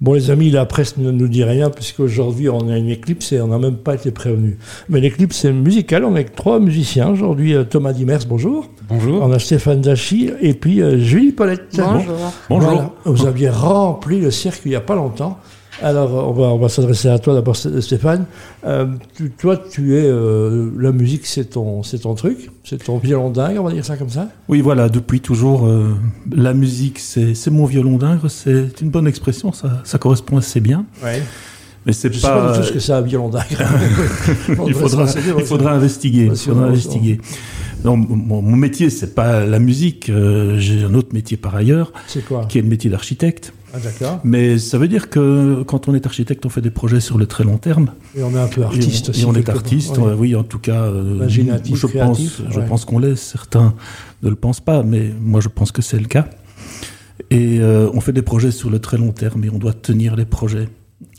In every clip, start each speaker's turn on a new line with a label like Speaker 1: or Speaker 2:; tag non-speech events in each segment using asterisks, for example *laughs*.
Speaker 1: Bon, les amis, la presse ne nous dit rien, puisqu'aujourd'hui, on a une éclipse et on n'a même pas été prévenu. Mais l'éclipse est musicale, on est avec trois musiciens. Aujourd'hui, euh, Thomas Dimers, bonjour.
Speaker 2: Bonjour.
Speaker 1: On a Stéphane Dachy et puis euh, Julie Paulette.
Speaker 3: Bonjour.
Speaker 2: Bonjour.
Speaker 1: Voilà, vous aviez rempli le cirque il n'y a pas longtemps. Alors, on va, on va s'adresser à toi d'abord, Stéphane. Euh, tu- toi, tu es. euh, la musique, c'est ton, c'est ton truc, c'est ton violon dingue, on va dire ça comme ça.
Speaker 2: Oui, voilà, depuis toujours, euh, la musique, c'est c'est mon violon d'ingre, c'est une bonne expression, ça, ça correspond assez bien.
Speaker 1: Ouais.
Speaker 2: Mais c'est
Speaker 1: Je ne sais pas
Speaker 2: pas. euh,
Speaker 1: du tout ce que c'est un violon dingue.
Speaker 2: *laughs* il faudra, il faudra investiguer. il
Speaker 1: Parce que
Speaker 2: faudra
Speaker 1: on-
Speaker 2: investiguer. Non, mon, mon métier, c'est pas la musique. euh, J'ai un autre métier par ailleurs,
Speaker 1: C'est quoi
Speaker 2: qui est le métier d'architecte.
Speaker 1: Ah, D'accord.
Speaker 2: Mais ça veut dire que quand on est architecte, on fait des projets sur le très long terme.
Speaker 1: Et on est un peu
Speaker 2: Et on-
Speaker 1: artiste
Speaker 2: et
Speaker 1: aussi.
Speaker 2: on est
Speaker 1: quelque part.
Speaker 2: artiste,
Speaker 1: Ouais.
Speaker 2: euh, oui, en tout cas, euh,
Speaker 1: Imaginatif,
Speaker 2: je
Speaker 1: créatif,
Speaker 2: pense, je
Speaker 1: ouais.
Speaker 2: pense qu'on l'est. Certains ne le pensent pas, mais moi, je pense que c'est le cas. Et euh, on fait des projets sur le très long terme, et on doit tenir les projets.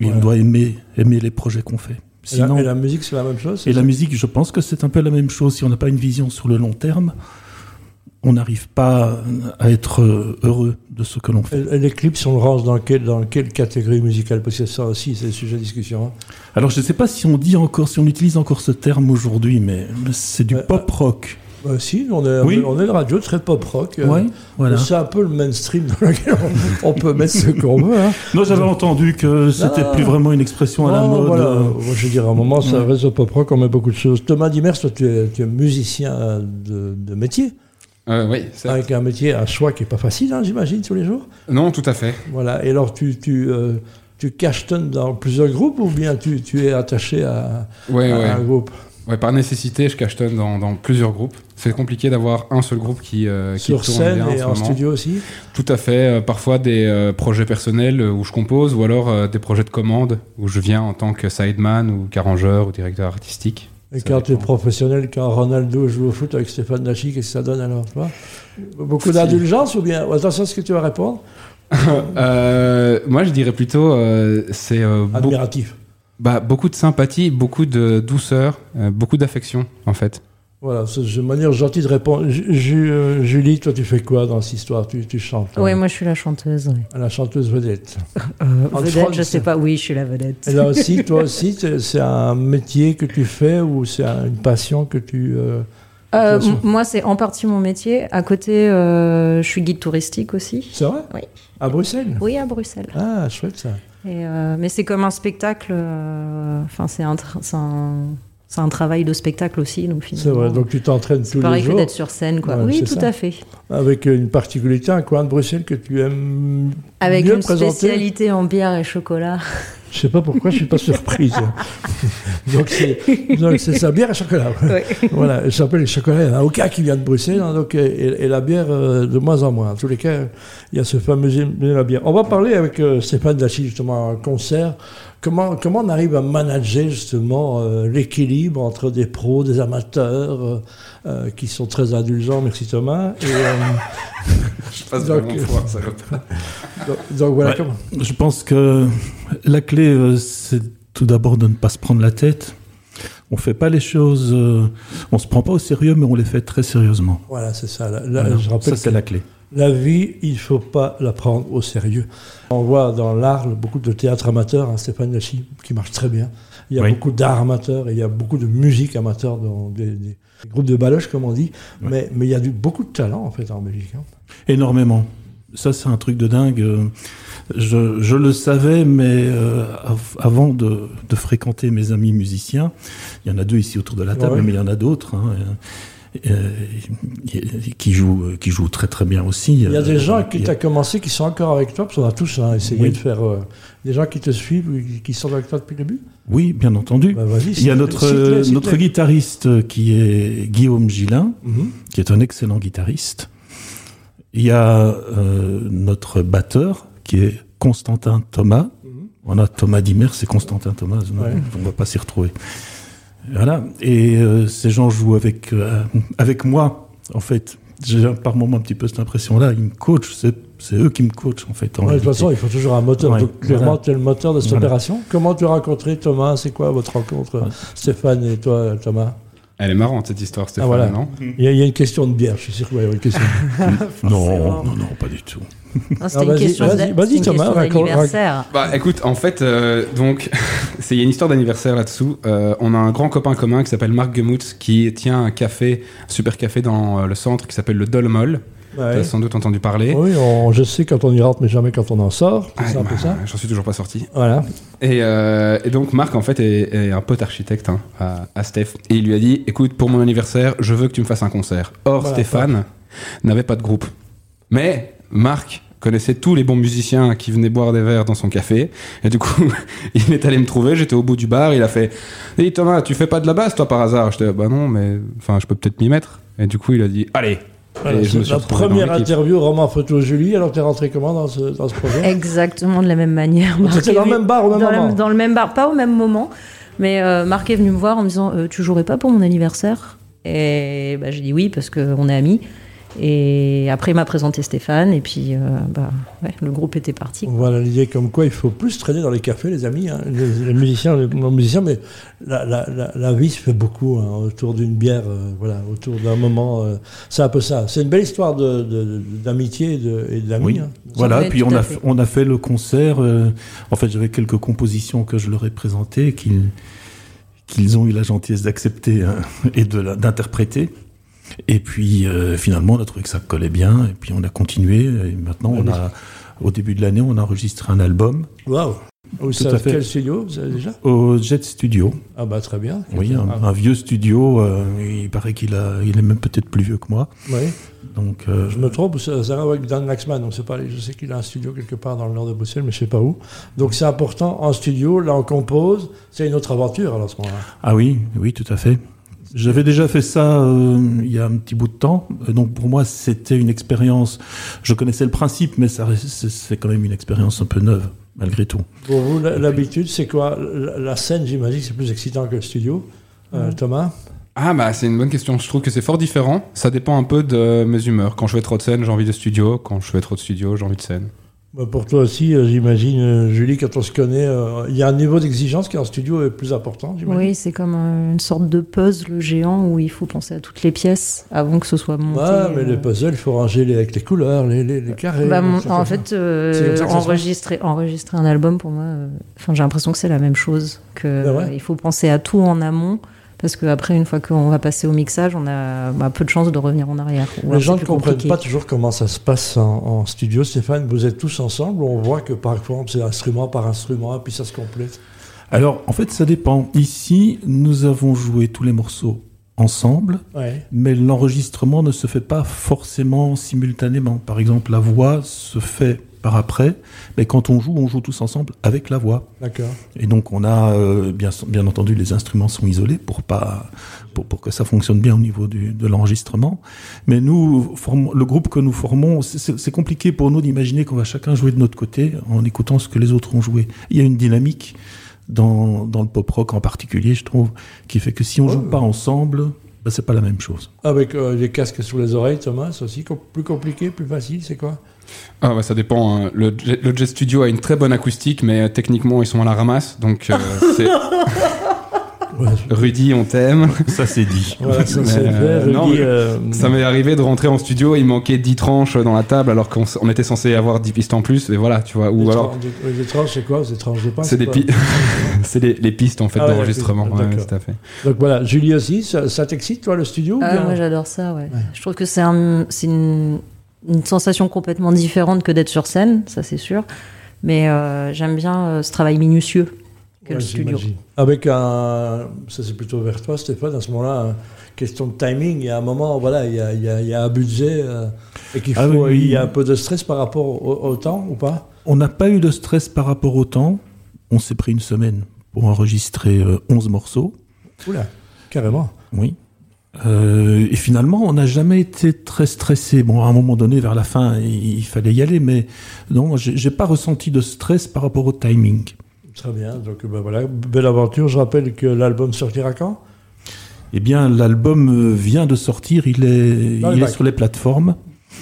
Speaker 2: Et
Speaker 1: Ouais.
Speaker 2: on doit aimer, aimer les projets qu'on fait.
Speaker 1: Et la-
Speaker 2: Sinon,
Speaker 1: et, la, musique, c'est la même chose c'est
Speaker 2: et la
Speaker 1: ça
Speaker 2: musique, je pense que c'est un peu la même chose. Si on n'a pas une vision sur le long terme, on n'arrive pas à être euh, heureux de ce que l'on fait.
Speaker 1: Et- et les clips, on le range dans, quel- dans quelle catégorie musicale Parce que ça aussi, c'est le sujet de discussion. hein.
Speaker 2: Alors, je ne sais pas si on dit encore, si on utilise encore ce terme aujourd'hui, mais c'est du
Speaker 1: Euh,
Speaker 2: pop rock.
Speaker 1: Bah, si, on est,
Speaker 2: Oui.
Speaker 1: on est une radio très pop-rock. euh,
Speaker 2: Ouais, voilà.
Speaker 1: C'est un peu le mainstream dans lequel
Speaker 2: *laughs*
Speaker 1: on, on peut mettre ce qu'on veut. hein.
Speaker 2: Non, j'avais entendu que c'était
Speaker 1: Ah.
Speaker 2: plus vraiment une expression à la
Speaker 1: Non,
Speaker 2: mode.
Speaker 1: voilà.
Speaker 2: euh,
Speaker 1: Moi, je dirais, à un moment, c'est un réseau pop-rock, on met beaucoup de choses. Thomas Dimers, toi, tu es, tu es musicien de, de métier,
Speaker 4: Euh, oui, c'est-
Speaker 1: avec un métier, un choix qui n'est pas facile, hein, j'imagine, tous les jours.
Speaker 4: non, tout à fait.
Speaker 1: Voilà. Et alors, tu, tu, euh, tu cachetonnes dans plusieurs groupes ou bien tu, tu es attaché à,
Speaker 4: Ouais,
Speaker 1: à
Speaker 4: ouais.
Speaker 1: un groupe
Speaker 4: Ouais, par nécessité, je cachetonne dans, dans plusieurs groupes. C'est compliqué d'avoir un seul groupe qui, euh, qui
Speaker 1: Sur
Speaker 4: tourne
Speaker 1: scène
Speaker 4: bien
Speaker 1: et
Speaker 4: ce
Speaker 1: en
Speaker 4: moment.
Speaker 1: studio aussi
Speaker 4: Tout à fait. euh, parfois des euh, projets personnels euh, où je compose, ou alors euh, des projets de commande où je viens en tant que sideman ou qu'arrangeur ou directeur artistique.
Speaker 1: Et
Speaker 4: Ça
Speaker 1: quand tu es
Speaker 4: dépend.
Speaker 1: professionnel, quand Ronaldo joue au foot avec Stéphane Nachi, qu'est-ce que ça donne alors tu vois Beaucoup d'indulgence ou bien Attention à ce que tu vas répondre.
Speaker 4: Euh, moi, je dirais plutôt euh, c'est euh, beau-
Speaker 1: Admiratif.
Speaker 4: bah, beaucoup de sympathie, beaucoup de douceur, euh, beaucoup d'affection en fait.
Speaker 1: Voilà, c'est c'est une manière gentille de répondre. Ju- Ju- euh, Julie, toi, tu fais quoi dans cette histoire tu, tu chantes
Speaker 3: Oui,
Speaker 1: hein,
Speaker 3: moi je suis la chanteuse. ouais.
Speaker 1: à la chanteuse Euh, vedette. Euh, En
Speaker 3: vedette,
Speaker 1: France.
Speaker 3: je sais pas. Oui, je suis la vedette.
Speaker 1: Et là aussi, toi aussi, t'es- c'est un métier que tu fais ou c'est un- une passion que tu. euh,
Speaker 3: Euh,
Speaker 1: Bien sûr.
Speaker 3: m- moi, c'est en partie mon métier. À côté, euh, je suis guide touristique aussi.
Speaker 1: C'est vrai
Speaker 3: Oui.
Speaker 1: À Bruxelles
Speaker 3: Oui, à Bruxelles.
Speaker 1: Ah, chouette ça.
Speaker 3: Et, euh, mais c'est comme un spectacle. euh, Enfin, c'est un, tra- c'est un, c'est un travail de spectacle aussi. Donc
Speaker 1: C'est
Speaker 3: finalement,
Speaker 1: vrai, donc tu t'entraînes
Speaker 3: c'est
Speaker 1: tous les
Speaker 3: pareil que
Speaker 1: jours
Speaker 3: d'être sur scène, quoi.
Speaker 1: Ouais,
Speaker 3: oui,
Speaker 1: c'est
Speaker 3: tout
Speaker 1: ça.
Speaker 3: à fait.
Speaker 1: avec une particularité, un coin de Bruxelles que tu aimes
Speaker 3: Avec
Speaker 1: mieux
Speaker 3: une
Speaker 1: présenter.
Speaker 3: spécialité en bière
Speaker 1: *laughs*
Speaker 3: et chocolat.
Speaker 1: Je sais pas pourquoi, je suis pas surprise. donc c'est donc c'est ça, bière et chocolat. voilà, elle s'appelle les chocolats. Il y en a aucun qui vient de Bruxelles, hein, donc, et, et la bière euh, de moins en moins. En tous les cas, il y a ce fameux hymne de la bière. On va parler avec euh, Stéphane Dachy, justement, à un concert. Comment, comment on arrive à manager, justement, euh, l'équilibre entre des pros, des amateurs, euh, euh, qui sont très indulgents, merci Thomas. Et, euh,
Speaker 4: Je
Speaker 1: passe Donc, vraiment euh, pour donc, donc voilà
Speaker 2: Ouais.
Speaker 1: comment.
Speaker 2: Je pense que la clé, euh, c'est tout d'abord de ne pas se prendre la tête. On fait pas les choses, euh, on se prend pas au sérieux, mais on les fait très sérieusement.
Speaker 1: Voilà, c'est ça. Là, là,
Speaker 2: Voilà.
Speaker 1: je rappelle
Speaker 2: Ça, c'est la clé.
Speaker 1: La vie, il faut pas la prendre au sérieux. On voit dans l'Arles beaucoup de théâtre amateur, hein, Stéphane Lachy, qui marche très bien. Il y a
Speaker 2: Oui.
Speaker 1: beaucoup d'art amateur et il y a beaucoup de musique amateur dans des, des groupes de baloches, comme on dit. Mais, mais il y a du, beaucoup de talent, en fait, en Belgique. hein.
Speaker 2: Énormément. Ça, c'est un truc de dingue. Euh, Je, je le savais, mais euh, av- avant de, de fréquenter mes amis musiciens, il y en a deux ici autour de la table,
Speaker 1: Ouais.
Speaker 2: mais il y en a d'autres hein, euh, euh, qui, jouent, euh, qui jouent très très bien aussi. Euh,
Speaker 1: Il y a des gens qui
Speaker 2: Il y
Speaker 1: t'ont
Speaker 2: a-
Speaker 1: commencé, qui sont encore avec toi, parce qu'on a tous hein, essayé
Speaker 2: Oui.
Speaker 1: de faire... euh, des gens qui te suivent, ou qui- qui sont avec toi depuis le début.
Speaker 2: Oui, bien entendu.
Speaker 1: Bah, vas-y,
Speaker 2: il y a notre,
Speaker 1: cite-les, cite-les.
Speaker 2: notre guitariste euh, qui est Guillaume Gillin,
Speaker 1: Mhm.
Speaker 2: qui est un excellent guitariste. Il y a euh, notre batteur qui est Constantin Thomas. On a Thomas Dimers et Constantin Thomas. non,
Speaker 1: Ouais.
Speaker 2: On va pas s'y retrouver. Voilà. Et euh, ces gens jouent avec euh, avec moi en fait. J'ai par moment un petit peu cette impression-là. Ils me coachent. C'est c'est eux qui me coachent en fait. en
Speaker 1: Ouais, de toute
Speaker 2: réalité.
Speaker 1: façon, il faut toujours un moteur.
Speaker 2: Ouais,
Speaker 1: Donc, clairement,
Speaker 2: voilà.
Speaker 1: tu es le moteur de cette
Speaker 2: Voilà.
Speaker 1: opération. Comment tu as rencontré Thomas C'est quoi votre rencontre,
Speaker 2: Ouais.
Speaker 1: Stéphane et toi, Thomas
Speaker 4: Elle est marrante cette histoire, Stéphane,
Speaker 1: Ah, voilà.
Speaker 4: non
Speaker 1: Il y, a- il y a une question de bière, je suis sûr qu'il va y avoir une
Speaker 4: *laughs*
Speaker 1: question.
Speaker 2: Non, non, non, pas du tout.
Speaker 3: Non, C'était
Speaker 1: Ah,
Speaker 3: une
Speaker 1: vas-y,
Speaker 3: question
Speaker 1: vas-y,
Speaker 3: d'a-
Speaker 1: vas-y,
Speaker 3: c'était une
Speaker 1: Thomas,
Speaker 3: question
Speaker 1: raconte-
Speaker 3: d'anniversaire.
Speaker 4: Bah écoute, en fait, euh, donc, *laughs* c'est- il y a une histoire d'anniversaire là-dessous. Euh, on a un grand copain commun qui s'appelle Marc Gemuth qui tient un café, un super café dans euh, le centre qui s'appelle le Dolmol.
Speaker 1: Ouais.
Speaker 4: T'as sans doute entendu parler.
Speaker 1: Oui, on- je sais quand on y rentre, mais jamais quand on en sort. C'est
Speaker 4: Ah,
Speaker 1: ça, un peu
Speaker 4: bah,
Speaker 1: ça.
Speaker 4: J'en suis toujours pas sorti.
Speaker 1: Voilà.
Speaker 4: Et, euh, et donc Marc en fait est, est un pote architecte hein, à, à Steph et il lui a dit écoute pour mon anniversaire je veux que tu me fasses un concert. Or
Speaker 1: Voilà,
Speaker 4: Stéphane n'avait pas de groupe. Mais Marc connaissait tous les bons musiciens qui venaient boire des verres dans son café et du coup *laughs* il est allé me trouver j'étais au bout du bar il a fait hey Thomas tu fais pas de la basse toi par hasard j'étais bah non mais enfin je peux peut-être m'y mettre et du coup il a dit allez
Speaker 1: Voilà,
Speaker 4: Et je me
Speaker 1: c'est
Speaker 4: suis
Speaker 1: la
Speaker 4: retrouvé dans
Speaker 1: première
Speaker 4: l'équipe.
Speaker 1: interview, Roman Photo Julie. Alors, t'es rentré comment dans ce, dans ce projet
Speaker 3: Exactement de la même manière. Marc
Speaker 1: C'était
Speaker 3: est
Speaker 1: dans le
Speaker 3: venu-
Speaker 1: même bar au même
Speaker 3: dans
Speaker 1: moment
Speaker 3: le- dans le même bar, pas au même moment. Mais euh, Marc est venu me voir en me disant euh, Tu jouerais pas pour mon anniversaire Et bah, j'ai dit oui, parce qu'on est amis. Et après, il m'a présenté Stéphane, et puis euh, bah, ouais, le groupe était parti.
Speaker 1: Voilà l'idée comme quoi il faut plus traîner dans les cafés, les amis, hein. les, les musiciens, les non musiciens, mais la, la, la, la vie se fait beaucoup hein, autour d'une bière, euh, voilà, autour d'un moment. euh, c'est un peu ça. C'est une belle histoire de- de- d'amitié de, et d'amis.
Speaker 2: Oui.
Speaker 1: hein.
Speaker 2: Voilà,
Speaker 3: Oui,
Speaker 2: puis
Speaker 3: tout
Speaker 2: on
Speaker 3: à
Speaker 2: a,
Speaker 3: fait.
Speaker 2: on a fait le concert. euh, en fait, j'avais quelques compositions que je leur ai présentées, qu'ils qu'ils ont eu la gentillesse d'accepter hein, et de la- d'interpréter. Et puis, euh, finalement, on a trouvé que ça collait bien, et puis on a continué. Et maintenant, on a, au début de l'année, on a enregistré un album
Speaker 1: Waouh. Où ça-
Speaker 2: à fait.
Speaker 1: Quel studio vous savez déjà
Speaker 2: au Jet Studio.
Speaker 1: Ah bah très bien.
Speaker 2: Oui, un,
Speaker 1: Ah,
Speaker 2: un vieux studio. euh, il paraît qu'il a- il est même peut-être plus vieux que moi.
Speaker 1: oui.
Speaker 2: Donc, euh,
Speaker 1: Je me trompe, ça ça va avec Dan Laxman, on sait pas, je sais qu'il a un studio quelque part dans le nord de Bruxelles, mais je sais pas où. Donc c'est important, en studio, là on compose, c'est une autre aventure alors à ce moment-là.
Speaker 2: Ah oui, oui, tout à fait. J'avais déjà fait ça euh, il y a un petit bout de temps, Euh, donc pour moi c'était une expérience. Je connaissais le principe, mais ça reste- c'est c'est quand même une expérience un peu neuve malgré tout.
Speaker 1: Pour vous, la- l'habitude, c'est quoi la, la scène, j'imagine, c'est plus excitant que le studio. Euh, Thomas
Speaker 4: Ah bah c'est une bonne question. Je trouve que c'est fort différent. Ça dépend un peu de mes humeurs. Quand je vais trop de scène, j'ai envie de studio. Quand je vais trop de studio, j'ai envie de scène.
Speaker 1: Bah, Pour toi aussi, euh, j'imagine, euh, Julie, quand on se connaît, euh, il y a un niveau d'exigence qui en studio est plus important, j'imagine.
Speaker 3: Oui, c'est comme euh, une sorte de puzzle géant où il faut penser à toutes les pièces avant que ce soit monté.
Speaker 1: Ouais, mais
Speaker 3: euh,
Speaker 1: les puzzles, il faut ranger les, avec les couleurs, les, les, les carrés.
Speaker 3: Bah,
Speaker 1: les
Speaker 3: mon-
Speaker 1: choses
Speaker 3: en
Speaker 1: comme
Speaker 3: fait, euh,
Speaker 1: C'est comme ça que ça se passe.
Speaker 3: enregistrer, enregistrer un album pour moi, euh, enfin, j'ai l'impression que c'est la même chose. Que euh,
Speaker 1: Ah ouais
Speaker 3: il faut penser à tout en amont parce qu'après, une fois qu'on va passer au mixage, on a bah, peu de chances de revenir en arrière. ou alors
Speaker 1: Les gens
Speaker 3: c'est
Speaker 1: ne
Speaker 3: plus
Speaker 1: comprennent
Speaker 3: compliqué.
Speaker 1: pas toujours comment ça se passe en, en studio. Stéphane, vous êtes tous ensemble, on voit que parfois c'est instrument par instrument, et puis ça se complète.
Speaker 2: Alors en fait ça dépend. Ici nous avons joué tous les morceaux ensemble,
Speaker 1: Ouais.
Speaker 2: mais l'enregistrement ne se fait pas forcément simultanément. Par exemple la voix se fait par après, mais quand on joue on joue tous ensemble avec la voix.
Speaker 1: D'accord.
Speaker 2: Et donc on a euh, bien, bien entendu les instruments sont isolés pour pas pour, pour que ça fonctionne bien au niveau du, de l'enregistrement. Mais nous formons- le groupe que nous formons, c'est- c'est c'est compliqué pour nous d'imaginer qu'on va chacun jouer de notre côté en écoutant ce que les autres ont joué. Il y a une dynamique dans, dans le pop rock en particulier, je trouve, qui fait que si on joue pas ensemble, bah, c'est pas la même chose.
Speaker 1: Avec euh, les casques sous les oreilles, Thomas, c'est aussi com- plus compliqué, plus facile, c'est quoi
Speaker 4: Ah bah ça dépend. hein. Le, Jet- le Jet Studio a une très bonne acoustique, mais euh, techniquement ils sont à la ramasse. Donc euh,
Speaker 2: *laughs*
Speaker 4: c'est
Speaker 1: Ouais,
Speaker 4: Rudy, on t'aime.
Speaker 2: Ça c'est dit.
Speaker 1: Voilà, ça
Speaker 4: Mais,
Speaker 1: c'est
Speaker 4: euh,
Speaker 1: fait,
Speaker 4: non,
Speaker 1: Rudy,
Speaker 4: mais-
Speaker 1: euh,
Speaker 4: Ça m'est arrivé de rentrer en studio, il manquait 10 tranches dans la table alors qu'on s- on était censé avoir 10 pistes en plus. Et voilà, tu vois.
Speaker 1: des
Speaker 4: Ou alors
Speaker 1: tran- des- oui, des tranches, c'est quoi Des tranches de pain
Speaker 4: c'est des
Speaker 1: quoi
Speaker 4: pi- *laughs* c'est les, les pistes en fait
Speaker 1: Ah ouais,
Speaker 4: d'enregistrement.
Speaker 1: d'accord.
Speaker 4: Ouais, tout à fait.
Speaker 1: Donc voilà, Julie aussi, ça, ça t'excite, toi, le studio ou
Speaker 3: Ah,
Speaker 1: bien-
Speaker 3: moi j'adore ça, ouais. Je trouve que c'est un- c'est une, une sensation complètement différente que d'être sur scène, ça c'est sûr. Mais euh, j'aime bien euh, ce travail minutieux que
Speaker 1: Ouais,
Speaker 3: le studio.
Speaker 1: j'imagine. Avec un. Ça, c'est plutôt vers toi, Stéphane, à ce moment-là, euh, question de timing. Il y a un moment, voilà, il y a, il y a- il y a un budget euh, et qu'il
Speaker 2: Ah
Speaker 1: faut.
Speaker 2: oui, oui.
Speaker 1: Il y a un peu de stress par rapport au, au temps ou pas
Speaker 2: On n'a pas eu de stress par rapport au temps. On s'est pris une semaine pour enregistrer euh, 11 morceaux.
Speaker 1: Oula, carrément.
Speaker 2: Oui. Euh, et finalement, on n'a jamais été très stressé. Bon, à un moment donné, vers la fin, il, il fallait y aller, mais non, j'ai j'ai pas ressenti de stress par rapport au timing.
Speaker 1: Très bien. Donc ben voilà, belle aventure. Je rappelle que l'album sortira quand
Speaker 2: Eh bien, l'album euh, vient de sortir. Il est,
Speaker 1: Dans les
Speaker 2: il est
Speaker 1: bacs.
Speaker 2: sur les plateformes.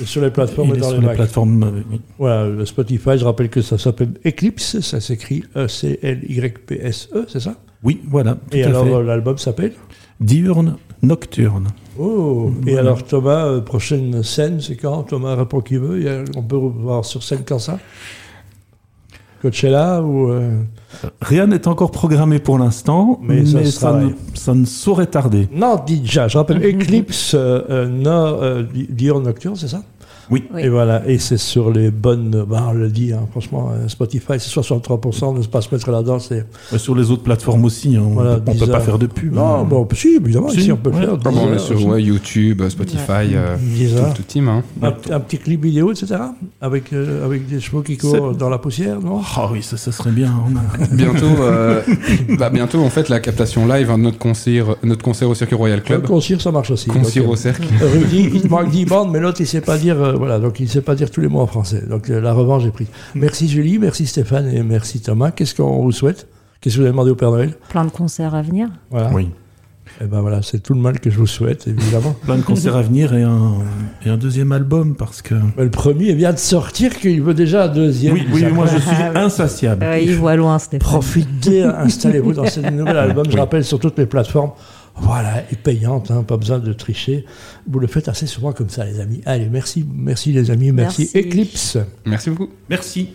Speaker 1: Sur les plateformes
Speaker 2: il
Speaker 1: et
Speaker 2: est
Speaker 1: dans
Speaker 2: sur
Speaker 1: les
Speaker 2: les
Speaker 1: bacs.
Speaker 2: plateformes. euh, oui.
Speaker 1: Voilà, le Spotify, je rappelle que ça s'appelle Eclipse, ça s'écrit E E-C-L-Y-P-S-E, E, c'est ça
Speaker 2: Oui, voilà. Tout
Speaker 1: Et
Speaker 2: à
Speaker 1: alors
Speaker 2: fait.
Speaker 1: euh, l'album s'appelle
Speaker 2: Diurne, nocturne. Mmh,
Speaker 1: Oh, et alors Thomas, euh, prochaine scène, c'est quand Thomas répond qu'il veut. Il y a- on peut voir sur scène quand ça Coachella ou euh,
Speaker 2: Rien n'est encore programmé pour l'instant,
Speaker 1: Mais
Speaker 2: mais,
Speaker 1: ça
Speaker 2: ça,
Speaker 1: se travaille.
Speaker 2: ne, ça ne saurait tarder.
Speaker 1: Non, déjà, je
Speaker 2: *laughs*
Speaker 1: rappelle Eclipse euh, euh, Nord euh, di- Dior Nocturne, c'est ça
Speaker 2: Oui.
Speaker 3: Oui.
Speaker 1: Et voilà, et c'est sur les bonnes. Bah, on le dit, hein, franchement, euh, Spotify, c'est 63%, ne pas se mettre là-dedans, c'est.
Speaker 2: Mais Sur les autres plateformes aussi, hein, on
Speaker 1: Voilà,
Speaker 2: ne peut
Speaker 1: Deezer.
Speaker 2: pas faire de pub.
Speaker 1: Non,
Speaker 2: hein.
Speaker 1: bon, si, évidemment,
Speaker 2: Si,
Speaker 1: ici, on peut le
Speaker 2: ouais.
Speaker 1: faire.
Speaker 4: Ah bon, on est
Speaker 1: Deezer,
Speaker 4: sur
Speaker 1: aussi.
Speaker 4: ouais, YouTube, euh, Spotify, euh,
Speaker 1: Deezer.
Speaker 4: tout, tout team. Hein.
Speaker 1: un, un petit clip vidéo, etc. Avec, euh, avec des chevaux qui courent dans la poussière, non
Speaker 2: Ah oui, ça, ça serait bien. hein.
Speaker 4: Bientôt, euh, *laughs* bah, bientôt, en fait, la captation live hein, de notre concert, notre concert au Circuit Royal
Speaker 1: Le
Speaker 4: Club.
Speaker 1: concierge, ça marche aussi.
Speaker 4: Concert
Speaker 1: Donc,
Speaker 4: au cercle.
Speaker 1: euh, Rudy, il te manque 10 bandes, mais l'autre, il sait pas dire, euh, voilà, donc il sait pas dire tous les mots en français. Donc euh, la revanche est prise. Merci Julie, merci Stéphane et merci Thomas. Qu'est-ce qu'on vous souhaite Qu'est-ce que vous avez demandé au Père Noël
Speaker 3: Plein de concerts à venir.
Speaker 1: Voilà.
Speaker 2: Oui.
Speaker 1: Et ben voilà, c'est tout le mal que je vous souhaite, évidemment. *laughs*
Speaker 2: Plein de concerts à venir et un, et un deuxième album parce que.
Speaker 1: Mais le premier vient de sortir qu'il veut déjà un deuxième.
Speaker 2: Oui, oui,
Speaker 1: Ça-
Speaker 2: moi je suis
Speaker 3: Ah oui.
Speaker 2: insatiable.
Speaker 3: Euh, il voit loin, Stéphane.
Speaker 1: Profitez, installez-vous dans ce nouvel album. Je rappelle sur toutes les plateformes. Voilà, et payante, hein, pas besoin de tricher. Vous le faites assez souvent comme ça, les amis. Allez, merci, merci les amis, merci.
Speaker 3: Merci.
Speaker 1: Eclipse.
Speaker 4: Merci beaucoup.
Speaker 2: Merci.